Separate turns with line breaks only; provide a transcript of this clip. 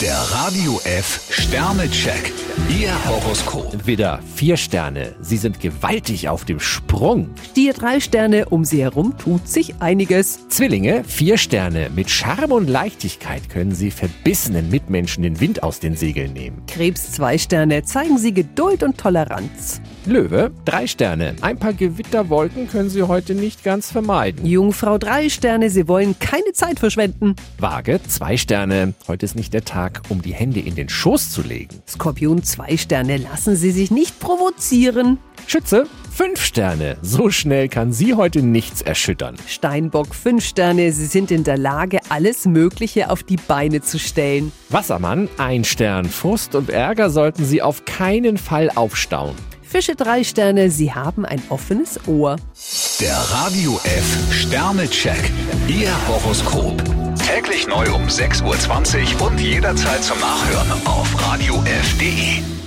Der Radio F Sternecheck. Ihr Horoskop.
Widder, vier Sterne. Sie sind gewaltig auf dem Sprung.
Stier drei Sterne, um sie herum tut sich einiges.
Zwillinge, vier Sterne. Mit Charme und Leichtigkeit können Sie verbissenen Mitmenschen den Wind aus den Segeln nehmen.
Krebs zwei Sterne, zeigen Sie Geduld und Toleranz.
Löwe, drei Sterne. Ein paar Gewitterwolken können Sie heute nicht ganz vermeiden.
Jungfrau drei Sterne, Sie wollen keine Zeit verschwenden.
Waage, zwei Sterne. Heute ist nicht der Tag, um die Hände in den Schoß zu legen.
Skorpion zwei Sterne, lassen Sie sich nicht provozieren.
Schütze, fünf Sterne. So schnell kann Sie heute nichts erschüttern.
Steinbock fünf Sterne, Sie sind in der Lage, alles Mögliche auf die Beine zu stellen.
Wassermann, ein Stern. Frust und Ärger sollten Sie auf keinen Fall aufstauen.
Fische drei Sterne, Sie haben ein offenes Ohr.
Der Radio F Sternecheck. Ihr Horoskop. Täglich neu um 6.20 Uhr und jederzeit zum Nachhören auf Radio radiof.de.